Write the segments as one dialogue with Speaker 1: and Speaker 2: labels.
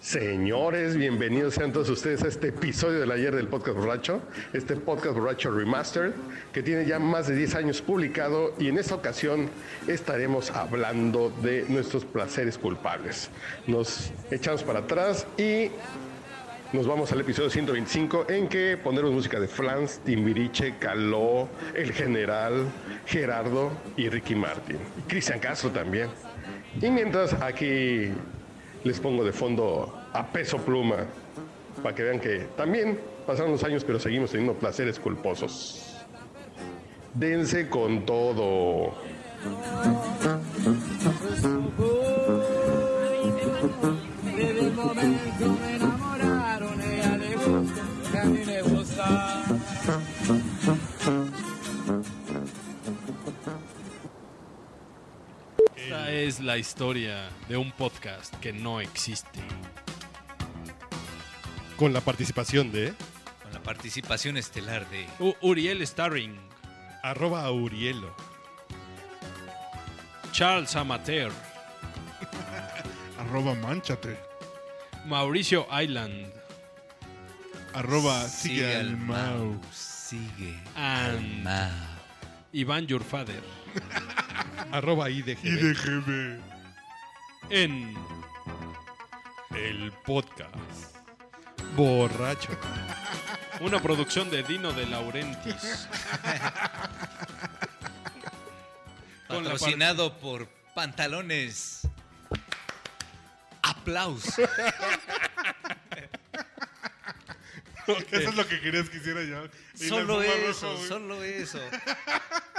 Speaker 1: Señores, bienvenidos sean todos ustedes a este episodio del ayer del Podcast Borracho, este Podcast Borracho Remastered, que tiene ya más de 10 años publicado y en esta ocasión estaremos hablando de nuestros placeres culpables. Nos echamos para atrás y nos vamos al episodio 125 en que pondremos música de Flans, Timbiriche, Caló, El General, Gerardo y Ricky Martin. Y Cristian Castro también. Y mientras aquí les pongo de fondo a peso pluma para que vean que también pasaron los años pero seguimos teniendo placeres culposos. Dense con todo.
Speaker 2: Desde el momento me enamoraron, ella le gusta, y a mí me gusta.
Speaker 3: Esta es la historia de un podcast que no existe.
Speaker 1: Con la participación de
Speaker 4: Con la participación estelar de
Speaker 3: U- Uriel Starring,
Speaker 1: arroba Aurielo.
Speaker 3: Charles Amateur,
Speaker 5: Arroba manchate.
Speaker 3: Mauricio Island
Speaker 5: Arroba sigue, al Mau.
Speaker 4: Sigue al
Speaker 3: and
Speaker 4: Mau.
Speaker 3: Iván Your Father
Speaker 1: Arroba IDG.
Speaker 5: Y déjeme.
Speaker 3: en
Speaker 1: El podcast. Borracho.
Speaker 3: una producción de Dino de Laurentis. Con la
Speaker 4: Patrocinado por Pantalones. Aplauso.
Speaker 5: Eso es lo que querías que hiciera yo. Y
Speaker 4: solo
Speaker 5: la alfombra
Speaker 4: eso,
Speaker 5: roja, güey.
Speaker 4: solo eso.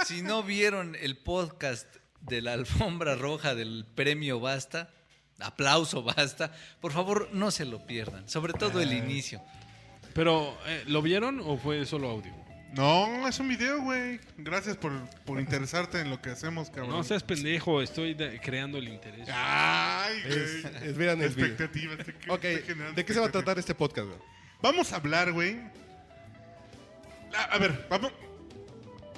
Speaker 4: Si no vieron el podcast de la alfombra roja del premio Basta, aplauso Basta, por favor no se lo pierdan, sobre todo
Speaker 5: Ah,
Speaker 4: el inicio.
Speaker 3: Pero, eh, ¿lo vieron o fue solo audio?
Speaker 5: No, es un video, güey. Gracias por, por interesarte en lo que hacemos, cabrón.
Speaker 3: No seas pendejo, estoy de- creando el interés.
Speaker 5: Ay, güey.
Speaker 1: Es- es- vean el video.
Speaker 5: Expectativas. te-
Speaker 1: Ok,
Speaker 5: te generan
Speaker 1: ¿de qué se va a
Speaker 5: expectativas.
Speaker 1: tratar este podcast? güey?
Speaker 5: Vamos a hablar, güey. A, a ver, vamos.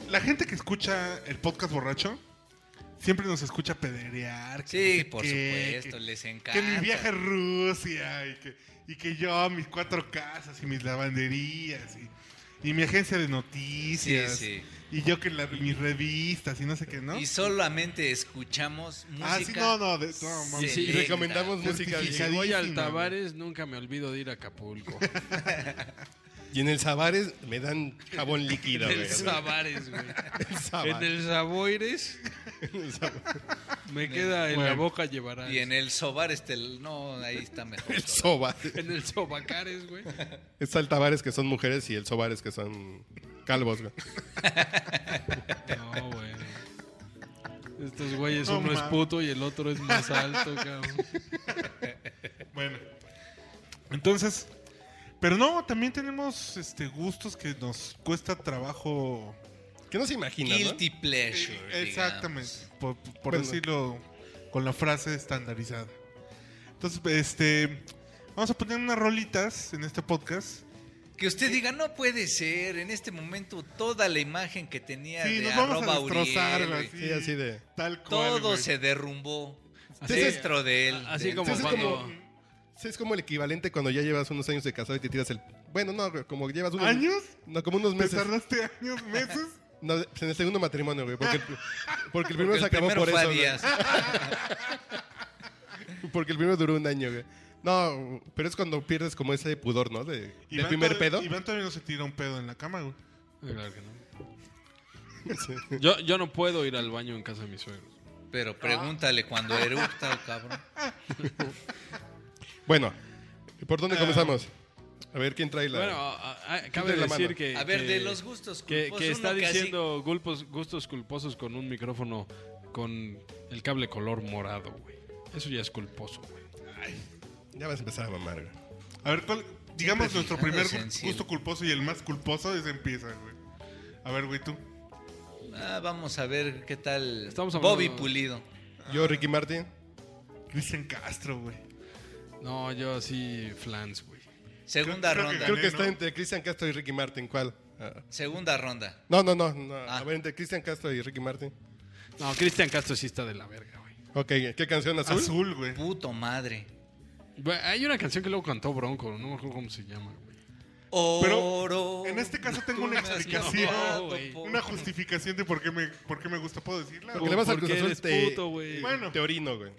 Speaker 5: La gente que escucha el podcast borracho siempre nos escucha pederear.
Speaker 4: Sí,
Speaker 5: no sé
Speaker 4: por supuesto, les
Speaker 5: Que mi
Speaker 4: encanta.
Speaker 5: viaje a Rusia y que, y que yo, mis cuatro casas y mis lavanderías y, y mi agencia de noticias.
Speaker 4: Sí, sí.
Speaker 5: Y yo que la- mis revistas y no sé qué, ¿no?
Speaker 4: Y solamente escuchamos música.
Speaker 5: Ah, sí, no, no, de- no, mames.
Speaker 3: Y sí,
Speaker 4: selecta.
Speaker 1: recomendamos música.
Speaker 3: Si voy al
Speaker 5: Certificadísima,
Speaker 3: Tavares, nunca me olvido de ir a Acapulco.
Speaker 1: Y en el Sabares me dan jabón líquido.
Speaker 3: En
Speaker 1: güey.
Speaker 3: el Sabares, güey.
Speaker 1: El Sabares.
Speaker 3: En el Saboires me queda en la
Speaker 5: Bueno.
Speaker 3: boca llevarás.
Speaker 4: Y en el sobar este, no, ahí está mejor.
Speaker 1: El Sobares.
Speaker 3: En el Sobacares, güey.
Speaker 1: Está el Tabares que son mujeres y el Sobares que son calvos. güey.
Speaker 3: No, güey. Estos güeyes,
Speaker 5: No
Speaker 3: uno es
Speaker 5: mames.
Speaker 3: puto y el otro es más alto, cabrón.
Speaker 5: Bueno. Entonces, pero no, también tenemos este gustos que nos cuesta trabajo.
Speaker 1: Que no se imaginan, ¿no?
Speaker 4: Guilty pleasure. digamos.
Speaker 5: Exactamente, por, por
Speaker 1: Bueno.
Speaker 5: decirlo con la frase estandarizada. Entonces, este vamos a poner unas rolitas en este podcast.
Speaker 4: Que usted diga, no puede ser. En este momento, toda la imagen que tenía
Speaker 5: Sí,
Speaker 4: de
Speaker 5: nos vamos
Speaker 4: arroba
Speaker 5: a destrozar,
Speaker 4: Uriel,
Speaker 5: güey,
Speaker 4: güey,
Speaker 1: Sí, así de-
Speaker 5: Tal cual.
Speaker 4: todo
Speaker 5: güey.
Speaker 4: se derrumbó
Speaker 3: Así-
Speaker 4: dentro de él.
Speaker 3: así
Speaker 4: dentro
Speaker 3: como
Speaker 4: de
Speaker 3: cuando-
Speaker 4: él.
Speaker 1: Sí, es como el equivalente cuando ya llevas unos años de casado y te tiras el... Bueno, no, güey, como llevas unos...
Speaker 5: ¿Años?
Speaker 1: No, como unos
Speaker 5: ¿Te
Speaker 1: meses.
Speaker 5: tardaste años, meses?
Speaker 1: No, en el segundo matrimonio, güey.
Speaker 5: Ah.
Speaker 1: Porque el, porque el primero se
Speaker 4: Porque el
Speaker 1: acabó
Speaker 4: primero
Speaker 1: por
Speaker 4: fue a
Speaker 1: eso. güey.
Speaker 4: días.
Speaker 1: Porque el primero duró un año, güey. No, pero es cuando pierdes como ese pudor, ¿no? De, del
Speaker 5: Iván
Speaker 1: primer
Speaker 5: todavía-
Speaker 1: pedo.
Speaker 5: Iván todavía no se tira un pedo en la cama, güey.
Speaker 3: Claro que no. Yo, yo no puedo ir al baño en casa de mis suegros.
Speaker 4: Pero pregúntale cuando eructa el cabrón.
Speaker 1: Bueno, ¿por
Speaker 5: Ah.
Speaker 1: dónde comenzamos? A ver, ¿quién trae la...?
Speaker 3: Bueno, a- a- a-
Speaker 1: Quítale
Speaker 3: cabe
Speaker 1: la
Speaker 3: decir
Speaker 1: mano.
Speaker 3: que.
Speaker 4: A ver,
Speaker 3: que-
Speaker 4: de los gustos
Speaker 3: Que,
Speaker 4: culposos,
Speaker 3: que está
Speaker 4: Pues uno casi-
Speaker 3: diciendo gulpos- gustos culposos con un micrófono con el cable color morado, güey. Eso ya es culposo, güey.
Speaker 1: Ya vas a empezar a mamar, güey.
Speaker 5: A ver, ¿cuál- digamos nuestro primer
Speaker 4: fijándose en
Speaker 5: gu-
Speaker 4: sí.
Speaker 5: gusto culposo y el más culposo ese empieza, güey. A ver, güey, tú.
Speaker 4: Ah, vamos a ver qué tal
Speaker 3: Estamos hablando-
Speaker 4: Bobby Pulido.
Speaker 1: Yo,
Speaker 5: Ah.
Speaker 1: Ricky Martin.
Speaker 5: Cristian Castro, güey.
Speaker 3: No, yo sí, flans, güey.
Speaker 4: Segunda
Speaker 5: Creo- creo
Speaker 4: ronda.
Speaker 1: Creo que
Speaker 5: ¿no?
Speaker 1: está entre Cristian Castro y Ricky Martin. ¿Cuál? Ah,
Speaker 4: Segunda ronda.
Speaker 1: No, no, no. no.
Speaker 4: Ah.
Speaker 1: A ver, entre Cristian Castro y Ricky Martin.
Speaker 3: No, Cristian Castro sí está de la verga, güey.
Speaker 1: Ok, ¿qué canción azul?
Speaker 5: Azul, güey.
Speaker 4: Puto madre.
Speaker 3: Güey, Hay una canción que luego cantó Bronco, no me acuerdo cómo se llama, güey.
Speaker 4: Oro.
Speaker 5: en este caso tengo
Speaker 4: tú
Speaker 5: una
Speaker 4: me has
Speaker 5: explicación,
Speaker 4: llevado
Speaker 3: güey.
Speaker 4: por-
Speaker 5: Una justificación de por qué me, por qué me gusta. ¿Puedo decirla?
Speaker 1: Porque le vas al
Speaker 3: Porque
Speaker 1: Cruz Azul,
Speaker 3: eres
Speaker 1: te,
Speaker 3: puto, güey.
Speaker 5: Bueno.
Speaker 1: te orino, güey.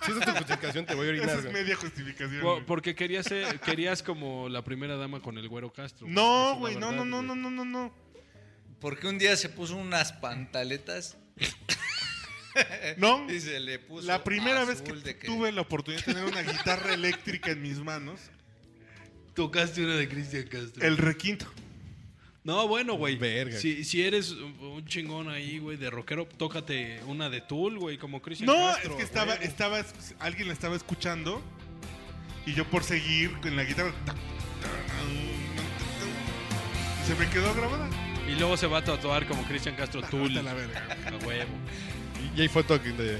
Speaker 1: Si esa es tu justificación, te voy a
Speaker 5: Esa
Speaker 1: orinar,
Speaker 5: es
Speaker 1: güey.
Speaker 5: media justificación.
Speaker 3: Po-
Speaker 5: güey.
Speaker 3: Porque querías, ser- querías como la primera dama con el güero Castro. Esa es
Speaker 5: No,
Speaker 3: la
Speaker 5: güey, no,
Speaker 3: verdad,
Speaker 5: no, no, no, no, no, no.
Speaker 4: Porque un día se puso unas pantaletas
Speaker 5: No,
Speaker 4: y se le puso.
Speaker 5: la primera vez
Speaker 4: azul de
Speaker 5: que, tuve la oportunidad de tener una guitarra eléctrica en mis manos,
Speaker 3: Tocaste una de Cristian Castro.
Speaker 5: el requinto.
Speaker 3: No, bueno, güey.
Speaker 1: Verga.
Speaker 3: Si, si eres un un chingón ahí, güey, de rockero, tócate una de Tool, güey, como Cristian
Speaker 5: No,
Speaker 3: Castro.
Speaker 5: es que estaba,
Speaker 3: güey.
Speaker 5: estaba, es- alguien la estaba escuchando y yo por seguir con la guitarra. ta- ta- y se me quedó grabada.
Speaker 3: Y luego se va a tatuar como Cristian Castro Tool.
Speaker 5: Vete a la verga.
Speaker 3: A huevo.
Speaker 1: Y ahí fue toque de,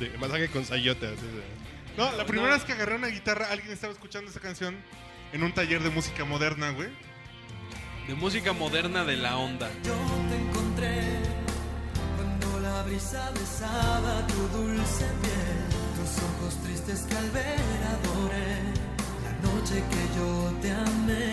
Speaker 1: de masaje con sayotas.
Speaker 5: No, la primera vez que agarré una guitarra, alguien estaba escuchando esa canción en un taller de música moderna, güey.
Speaker 3: De música moderna de la onda.
Speaker 6: Yo te encontré cuando la brisa besaba tu dulce piel, tus ojos tristes que al ver adoré, la noche que yo te amé.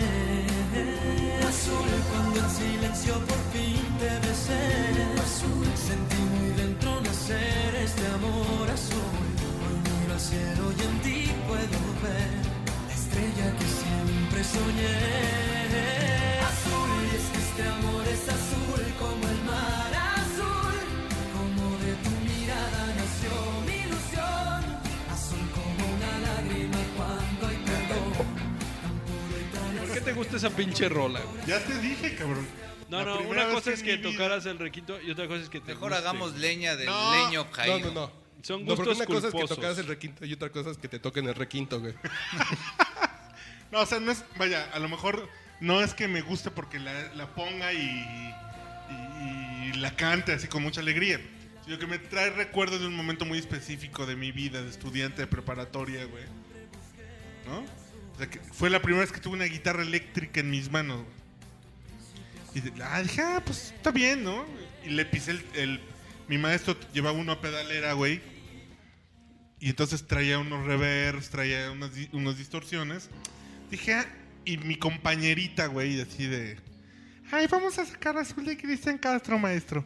Speaker 6: Azul cuando en silencio por fin te besé, azul sentí muy dentro nacer este amor azul. Hoy miro al cielo y en ti puedo ver la estrella que siempre soñé. Azul, y es que este amor es azul como el mar azul, como de tu mirada nació mi ilusión. Azul como una lágrima cuando hay perdón, tan puro y tan
Speaker 3: ¿Por qué te gusta esa pinche rola, güey?
Speaker 5: Ya te dije, cabrón.
Speaker 3: No,
Speaker 5: La
Speaker 3: no,
Speaker 5: primera
Speaker 3: una
Speaker 5: vez
Speaker 3: cosa es que
Speaker 5: en mi vida-
Speaker 3: tocaras el requinto y otra cosa es que te
Speaker 4: Mejor
Speaker 3: guste,
Speaker 4: hagamos
Speaker 3: güey.
Speaker 4: leña del
Speaker 5: No,
Speaker 4: leño
Speaker 1: No,
Speaker 4: caído.
Speaker 1: no, no.
Speaker 3: Son
Speaker 1: No, porque
Speaker 3: gustos
Speaker 1: una cosa es que
Speaker 3: culposos.
Speaker 1: tocas el requinto y otra cosa es que te toquen el requinto, güey.
Speaker 5: No, o sea, no es. Vaya, a lo mejor no es que me guste porque la, la ponga y, y- y la cante así con mucha alegría. Sino que me trae recuerdos de un momento muy específico de mi vida, de estudiante de preparatoria, güey. ¿No? O sea, que fue la primera vez que tuve una guitarra eléctrica en mis manos, güey. Y de- ah, dije, ah, pues está bien, ¿no? Y le pisé el. el- mi maestro llevaba uno a pedalera, güey. Y entonces traía unos reverbs, traía unas, di- unas distorsiones. Dije, ah, y mi compañerita, güey, así de. Ay, vamos a sacar azul de Cristian Castro, maestro.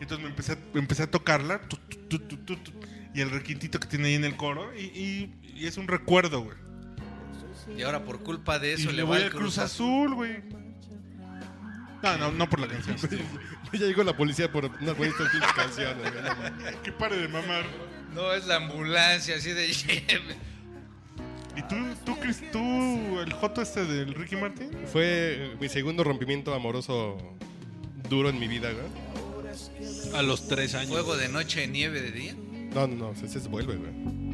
Speaker 5: Y entonces me empecé a, empecé a tocarla. tu, tu, tu, tu, tu, tu, y el requintito que tiene ahí en el coro. Y, y- y es un recuerdo, güey.
Speaker 4: Y ahora por culpa de eso
Speaker 5: y
Speaker 4: le voy al
Speaker 5: Cruz Azul, güey. No, no, no por la canción.
Speaker 1: ya llegó la policía por unas buenas pinches canciones, güey. No, mames.
Speaker 5: que pare de mamar.
Speaker 4: No, es la ambulancia así de.
Speaker 5: ¿Y tú, tú, Chris, tú, el Joto este del Ricky Martin?
Speaker 1: Fue eh, mi segundo rompimiento amoroso duro en mi vida, güey.
Speaker 3: A los tres años.
Speaker 4: Fuego de noche, nieve de día.
Speaker 1: No, no, no, se, se vuelve, güey.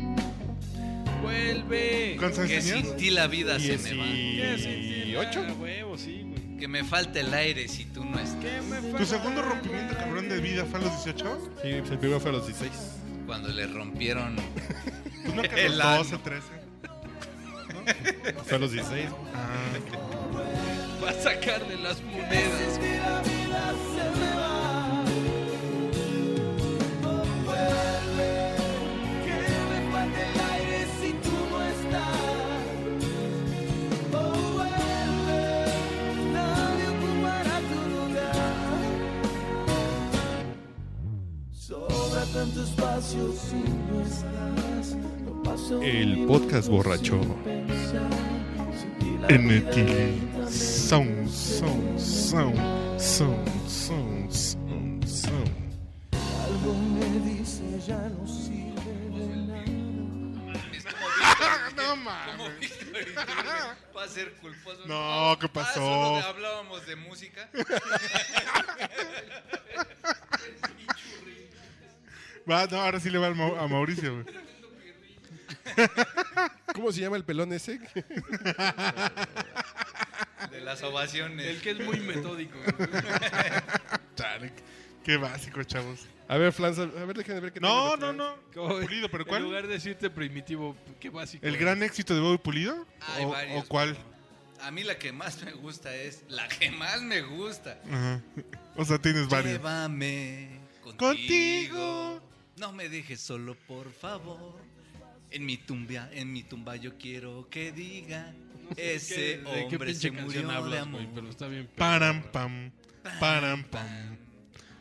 Speaker 3: ¡Vuelve!
Speaker 5: ¿Cuántos años
Speaker 4: Que
Speaker 5: tenías?
Speaker 4: sin ti la vida se me va.
Speaker 3: ¿Y
Speaker 1: ¿18?
Speaker 3: huevo, sí, güey.
Speaker 4: Que me falta el aire si tú no estás.
Speaker 3: ¿Qué me
Speaker 5: ¿Tu
Speaker 3: falta?
Speaker 5: segundo rompimiento cabrón de vida fue a los 18?
Speaker 1: Sí, pues el primero fue a los 16.
Speaker 4: Cuando le rompieron.
Speaker 5: Pues no, que a
Speaker 4: El
Speaker 5: los
Speaker 4: ano.
Speaker 5: 12, 13.
Speaker 1: Fue a los 16.
Speaker 5: Ah,
Speaker 3: Va a sacar de las monedas.
Speaker 6: Que me falta el aire si tú no estás. Oh, vuelve, nadie ocupará tu lugar. Sobra tanto espacio si no estás. No paso un
Speaker 1: El
Speaker 6: minuto
Speaker 1: podcast borracho.
Speaker 6: sin pensar. Sin ti la
Speaker 5: En el
Speaker 6: vida
Speaker 5: Chile.
Speaker 6: lentamente
Speaker 5: Son, son, son, son, son, son, son.
Speaker 6: Algo me dice ya no sirve de nada.
Speaker 4: Es como Víctor-
Speaker 5: No
Speaker 4: como
Speaker 5: mames.
Speaker 4: Víctor y Rubén. Va a ser culposo.
Speaker 5: No, ¿qué pasó?
Speaker 4: Ah, solo de- hablábamos de música.
Speaker 5: Va, no, ahora sí le va al Mau- a Mauricio, güey.
Speaker 1: ¿Cómo se llama el pelón ese?
Speaker 4: De las ovaciones.
Speaker 3: El que es muy metódico.
Speaker 5: Chale, qué básico, chavos.
Speaker 1: A ver, Flanza, a ver, déjenme ver qué
Speaker 5: No, no,
Speaker 1: tengo.
Speaker 5: no.
Speaker 3: güey.
Speaker 5: Pulido, pero
Speaker 3: En
Speaker 5: ¿cuál?
Speaker 3: lugar de decirte primitivo, qué básico.
Speaker 5: ¿El
Speaker 3: es.
Speaker 5: gran éxito de Bobby Pulido?
Speaker 4: Hay
Speaker 5: ¿O,
Speaker 4: varios,
Speaker 5: o cuál?
Speaker 4: A mí la que más me gusta es. La que más me gusta.
Speaker 5: Ajá. O sea, tienes varios.
Speaker 4: Llévame. Contigo,
Speaker 5: contigo.
Speaker 4: No me dejes solo, por favor. En mi tumba, en mi tumba yo quiero que diga ese
Speaker 3: ¿De qué
Speaker 4: hombre se
Speaker 3: pinche
Speaker 4: murió
Speaker 3: canción
Speaker 4: de
Speaker 3: hablas,
Speaker 4: amor.
Speaker 3: güey? Pero está bien.
Speaker 5: Param pam. Param pam.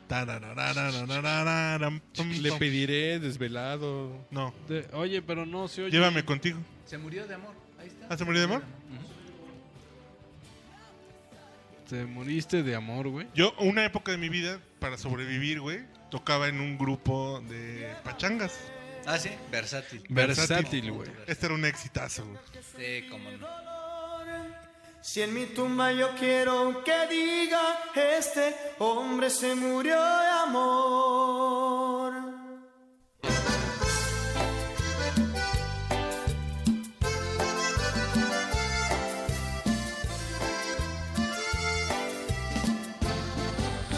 Speaker 5: Tararararararararam, pam,
Speaker 7: Le
Speaker 5: pam.
Speaker 7: pediré desvelado.
Speaker 5: No,
Speaker 3: De- oye, pero no se oye.
Speaker 5: llévame contigo.
Speaker 4: Se murió de amor. Ahí está.
Speaker 5: ¿Ah, se murió de amor?
Speaker 3: Te moriste de amor, güey.
Speaker 5: Yo, una época de mi vida, para sobrevivir, güey, tocaba en un grupo de pachangas.
Speaker 4: Ah, sí, versátil.
Speaker 3: Versátil, güey.
Speaker 5: Este era un exitazo, güey.
Speaker 4: Sí, cómo no.
Speaker 8: Si en mi tumba yo quiero que diga, este hombre se murió de amor.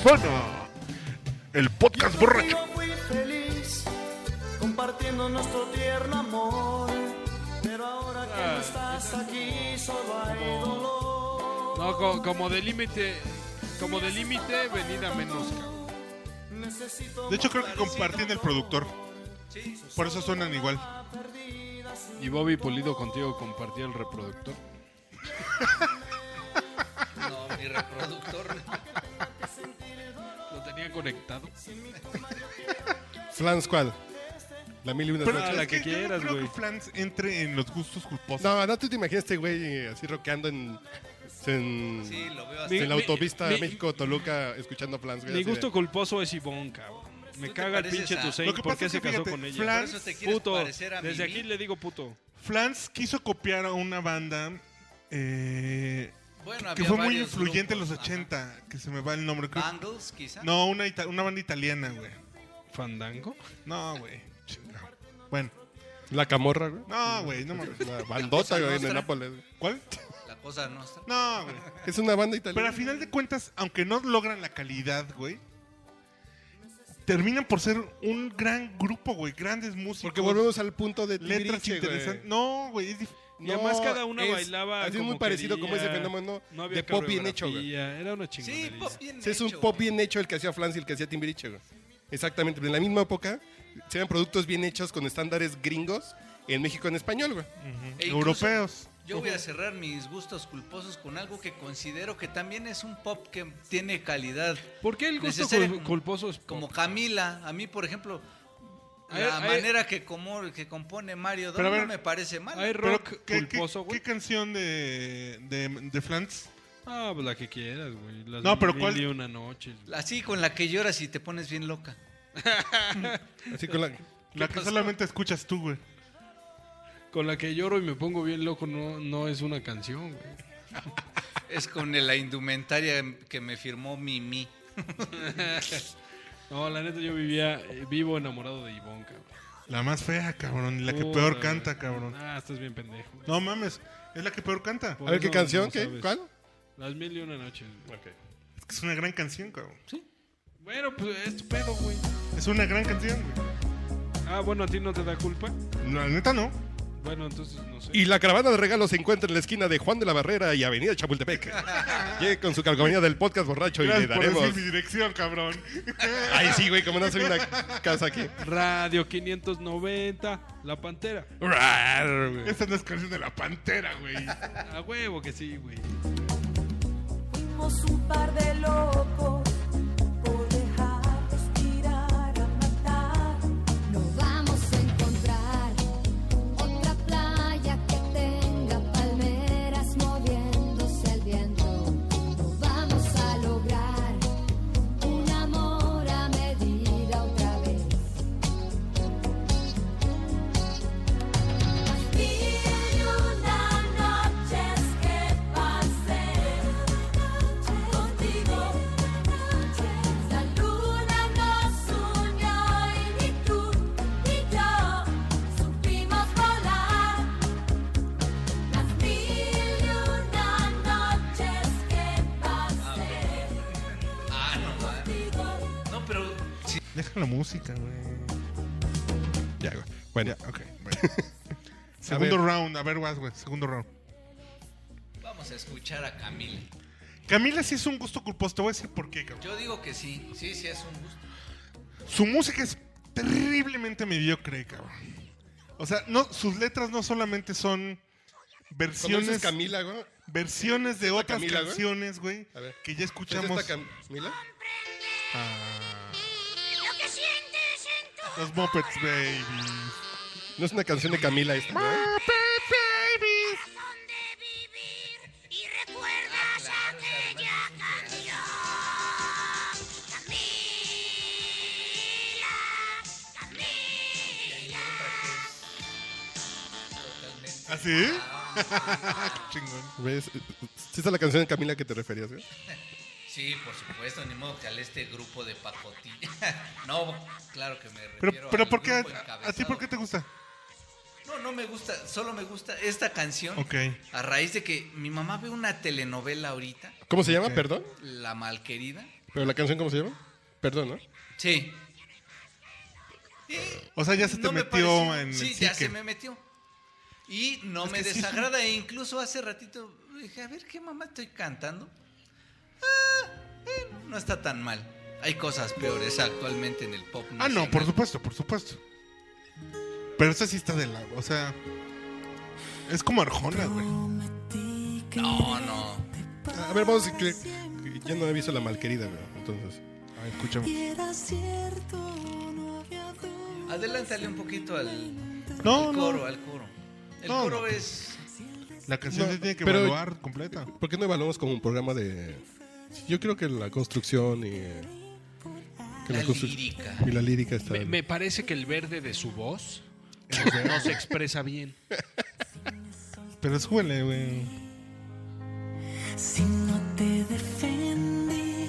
Speaker 5: Bueno, el podcast borracho.
Speaker 8: Yo fui feliz compartiendo nuestro tierno amor. Pero ahora que
Speaker 5: Ah.
Speaker 8: no estás aquí, solo hay dolor.
Speaker 3: No, co- como de límite. Como de límite, venida menos, cabrón.
Speaker 8: Necesito
Speaker 5: De hecho, creo que compartían el productor. Por eso suenan igual.
Speaker 3: Y Bobby Pulido contigo compartía el reproductor.
Speaker 4: No, mi reproductor.
Speaker 3: Lo tenía conectado.
Speaker 7: Flan Squad. La mil y una
Speaker 5: Pero
Speaker 7: noches.
Speaker 5: es
Speaker 3: la que
Speaker 5: yo no
Speaker 3: quieras,
Speaker 5: creo
Speaker 3: güey.
Speaker 5: que Flans entre en los gustos culposos.
Speaker 7: No, no, tú te imaginas este güey eh, así rockeando en. en,
Speaker 4: Sí, lo veo
Speaker 7: en
Speaker 4: así.
Speaker 7: la
Speaker 3: Mi-
Speaker 7: autopista
Speaker 3: mi-
Speaker 7: México-Toluca escuchando Flans. güey,
Speaker 3: Mi
Speaker 7: así de-
Speaker 3: gusto culposo es Ivonne, cabrón. Me
Speaker 4: ¿Tú te
Speaker 3: caga el
Speaker 4: pareces
Speaker 3: pinche
Speaker 4: a-
Speaker 5: Lo
Speaker 3: Tusein.
Speaker 5: que
Speaker 3: ¿Por
Speaker 5: pasa
Speaker 3: qué
Speaker 5: es
Speaker 3: se
Speaker 5: que
Speaker 3: casó
Speaker 5: fíjate,
Speaker 3: con ella?
Speaker 5: Flan-
Speaker 4: Por eso te quieres
Speaker 3: puto.
Speaker 4: parecer a mí.
Speaker 3: Desde aquí le digo puto.
Speaker 5: Flans quiso copiar a una banda eh,
Speaker 4: Bueno,
Speaker 5: que
Speaker 4: había
Speaker 5: fue muy
Speaker 4: varios
Speaker 5: influyente en
Speaker 4: grupos,
Speaker 5: los
Speaker 4: ajá.
Speaker 5: 80, que se me va el nombre. creo-
Speaker 4: Bangles, quizá.
Speaker 5: No, una, ita- una banda italiana, güey.
Speaker 3: ¿Fandango?
Speaker 5: No, güey. Chinga. Bueno,
Speaker 7: La camorra, güey.
Speaker 5: no, güey, no mames.
Speaker 7: La bandota, güey, en el
Speaker 4: Nostra.
Speaker 7: Nápoles. güey.
Speaker 5: ¿Cuál?
Speaker 4: La cosa nuestra.
Speaker 5: No, güey.
Speaker 7: Es una banda
Speaker 5: Pero a
Speaker 7: italiana.
Speaker 5: final de cuentas, aunque no logran la calidad, güey, terminan por ser un gran grupo, güey. Grandes músicos.
Speaker 7: Porque volvemos al punto de
Speaker 5: letras
Speaker 7: Timbiriche, güey.
Speaker 5: interesantes. No, güey, es dif-
Speaker 3: Y además cada una bailaba
Speaker 7: Así es
Speaker 3: como
Speaker 7: muy parecido como ese
Speaker 3: quería.
Speaker 7: fenómeno
Speaker 3: No había
Speaker 7: de pop bien hecho, güey.
Speaker 3: coreografía, Era una
Speaker 4: Sí,
Speaker 3: chingonería.
Speaker 4: pop bien
Speaker 7: Sí, es un
Speaker 4: hecho,
Speaker 7: pop
Speaker 4: güey.
Speaker 7: bien hecho el que hacía Flans y el que hacía Timbiriche, güey. Exactamente. En la misma época se eran productos bien hechos con estándares gringos en México en español, güey.
Speaker 4: E incluso-
Speaker 5: europeos.
Speaker 4: Yo voy a cerrar mis gustos culposos con algo que considero que también es un pop que tiene calidad.
Speaker 3: ¿Por qué el gusto
Speaker 4: Necesario,
Speaker 3: cul- culposo es pop?
Speaker 4: Como Camila, a mí, por ejemplo,
Speaker 3: A
Speaker 4: la
Speaker 3: ver, a ver.
Speaker 4: manera que, como, que compone Mario
Speaker 5: Pero a
Speaker 4: Dom no
Speaker 5: ver,
Speaker 4: me parece mal.
Speaker 3: Hay
Speaker 5: Pero,
Speaker 3: rock
Speaker 5: ¿qué, qué,
Speaker 3: culposo, güey.
Speaker 5: qué canción de, de, de Flans?
Speaker 3: Ah, pues la que quieras, güey. Las
Speaker 5: No, pero
Speaker 3: mil
Speaker 5: ¿cuál?
Speaker 3: y una noche.
Speaker 4: Así con la que lloras y te pones bien loca.
Speaker 7: Así con la...
Speaker 5: La que solamente escuchas tú, güey.
Speaker 3: Con la que lloro y me pongo bien loco no, no es una canción, güey.
Speaker 4: Es con la indumentaria que me firmó Mimi.
Speaker 3: No, la neta yo vivía eh, vivo enamorado de Ivonne, cabrón.
Speaker 5: La más fea, cabrón. y La que
Speaker 3: Puta,
Speaker 5: peor
Speaker 3: güey.
Speaker 5: canta, cabrón.
Speaker 3: Ah, estás bien pendejo. güey.
Speaker 5: No mames, es la que peor canta.
Speaker 7: A ver qué
Speaker 3: No,
Speaker 7: canción,
Speaker 3: no
Speaker 7: ¿qué?
Speaker 3: sabes.
Speaker 7: ¿Cuál?
Speaker 3: Las mil y una noches. güey.
Speaker 5: Es que es una gran canción, cabrón.
Speaker 3: Bueno, pues es tu pedo, güey.
Speaker 5: Es una gran canción, güey.
Speaker 3: Ah, bueno, a ti no te da culpa.
Speaker 5: No, La neta no.
Speaker 3: Bueno, entonces no sé.
Speaker 7: Y la caravana de regalos se encuentra en la esquina de Juan de la Barrera y Avenida Chapultepec. Llegue con su calcomanía del podcast borracho y le
Speaker 5: Gracias por
Speaker 7: daremos...
Speaker 5: decir mi dirección, cabrón.
Speaker 7: Ay, sí, güey, como no soy una casa aquí.
Speaker 3: Radio 590, La Pantera.
Speaker 7: Rar, güey.
Speaker 5: Esta no es canción de la pantera, güey.
Speaker 3: A huevo que sí, güey.
Speaker 9: Fuimos un par de locos por dejarnos tirar a matar. No vamos a encontrar otra playa que tenga palmeras moviéndose al viento. No vamos a lograr un amor a medida otra vez. Mil una noches que pasé contigo. La luna nos unió y ni tú ni yo supimos volar. Las mil y una noches que pasé
Speaker 4: Ah, no, ma.
Speaker 9: contigo.
Speaker 4: no, pero sí,
Speaker 5: Deja la música, güey.
Speaker 7: Ya, güey. Bueno,
Speaker 5: Ok, bueno. Segundo round, a ver, vas, güey. Segundo round.
Speaker 4: vamos a escuchar a Camila.
Speaker 5: Camila sí es un gusto culposo. Te voy a decir por qué, cabrón.
Speaker 4: Yo digo que sí, sí, sí es un gusto.
Speaker 5: Su música es terriblemente mediocre, cabrón. O sea, no, sus letras no solamente son
Speaker 7: Cuando dices
Speaker 5: versiones,
Speaker 7: Camila, güey.
Speaker 5: versiones de otras
Speaker 7: Camila, güey?
Speaker 5: canciones, güey,
Speaker 7: A ver.
Speaker 5: que ya
Speaker 7: ¿Es esta
Speaker 5: escuchamos.
Speaker 7: Cam- Camila?
Speaker 5: Los Muppets Babies.
Speaker 7: No es una canción de Camila esta, ¿no?
Speaker 5: ¿Ah, sí? Qué chingón.
Speaker 7: ¿Ves? ¿Sí esta es la canción de Camila que te referías, güey?
Speaker 4: Sí, por supuesto, ni modo que al este grupo de pacotilla. no, claro que me refiero
Speaker 5: Pero, pero
Speaker 4: al
Speaker 5: ¿por qué?
Speaker 4: grupo
Speaker 5: ¿A, a ti por qué te gusta?
Speaker 4: No, no me gusta, solo me gusta esta canción.
Speaker 5: Ok.
Speaker 4: A raíz de que mi mamá ve una telenovela ahorita,
Speaker 7: ¿Cómo se llama?
Speaker 5: Ok.
Speaker 7: Perdón.
Speaker 4: La Malquerida.
Speaker 7: ¿Pero la canción cómo se llama? Perdón, ¿no?
Speaker 4: Sí.
Speaker 5: O sea, ya se te
Speaker 4: No me
Speaker 5: metió
Speaker 4: pareció-
Speaker 5: en el
Speaker 4: Sí, ya
Speaker 5: psique.
Speaker 4: se me metió. Y no me
Speaker 5: que sí.
Speaker 4: desagrada. E incluso hace ratito dije, a ver, ¿qué mamá estoy cantando? Ah, bueno, no está tan mal. Hay cosas peores actualmente en el pop.
Speaker 5: Ah, no,
Speaker 4: nacional.
Speaker 5: por supuesto, por supuesto. Pero esa sí está de la... O sea... Es como Arjona, güey.
Speaker 4: No, no.
Speaker 7: A ver, vamos a que- que Ya no he visto la malquerida, güey. Entonces.
Speaker 5: A ver, escuchamos.
Speaker 4: Adelántale un poquito al,
Speaker 5: No,
Speaker 4: al
Speaker 5: no.
Speaker 4: coro, al coro. El
Speaker 5: No,
Speaker 4: coro
Speaker 5: no.
Speaker 4: es.
Speaker 5: La canción
Speaker 7: No,
Speaker 5: se tiene que
Speaker 7: pero-
Speaker 5: evaluar completa.
Speaker 7: ¿Por qué no evaluamos como un programa de.? Yo creo que la construcción y. eh, que
Speaker 4: La
Speaker 7: constru-
Speaker 4: lírica.
Speaker 7: Y la lírica está.
Speaker 3: Me, me parece que el verde de su voz no se expresa bien.
Speaker 5: Pero es huele, güey.
Speaker 6: Si no te defendí,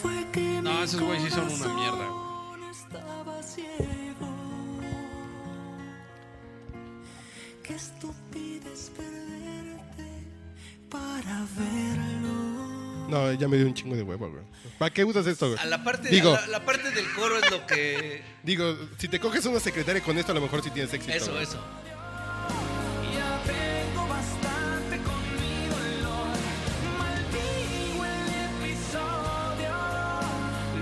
Speaker 6: fue que
Speaker 3: No,
Speaker 6: mi
Speaker 3: esos güeyes sí son una mierda, güey.
Speaker 6: corazón estaba ciego. Qué estúpido es perderte para verlo.
Speaker 7: No, ya me dio un chingo de huevo, güey. ¿Para qué usas esto, güey?
Speaker 4: A la parte,
Speaker 7: Digo-
Speaker 4: a la, la parte del coro es lo que.
Speaker 7: Digo, si te coges una secretaria con esto, a lo mejor sí tienes éxito.
Speaker 4: eso,
Speaker 7: güey.
Speaker 4: eso.
Speaker 6: Ya tengo bastante con mi dolor. Maldigo el episodio.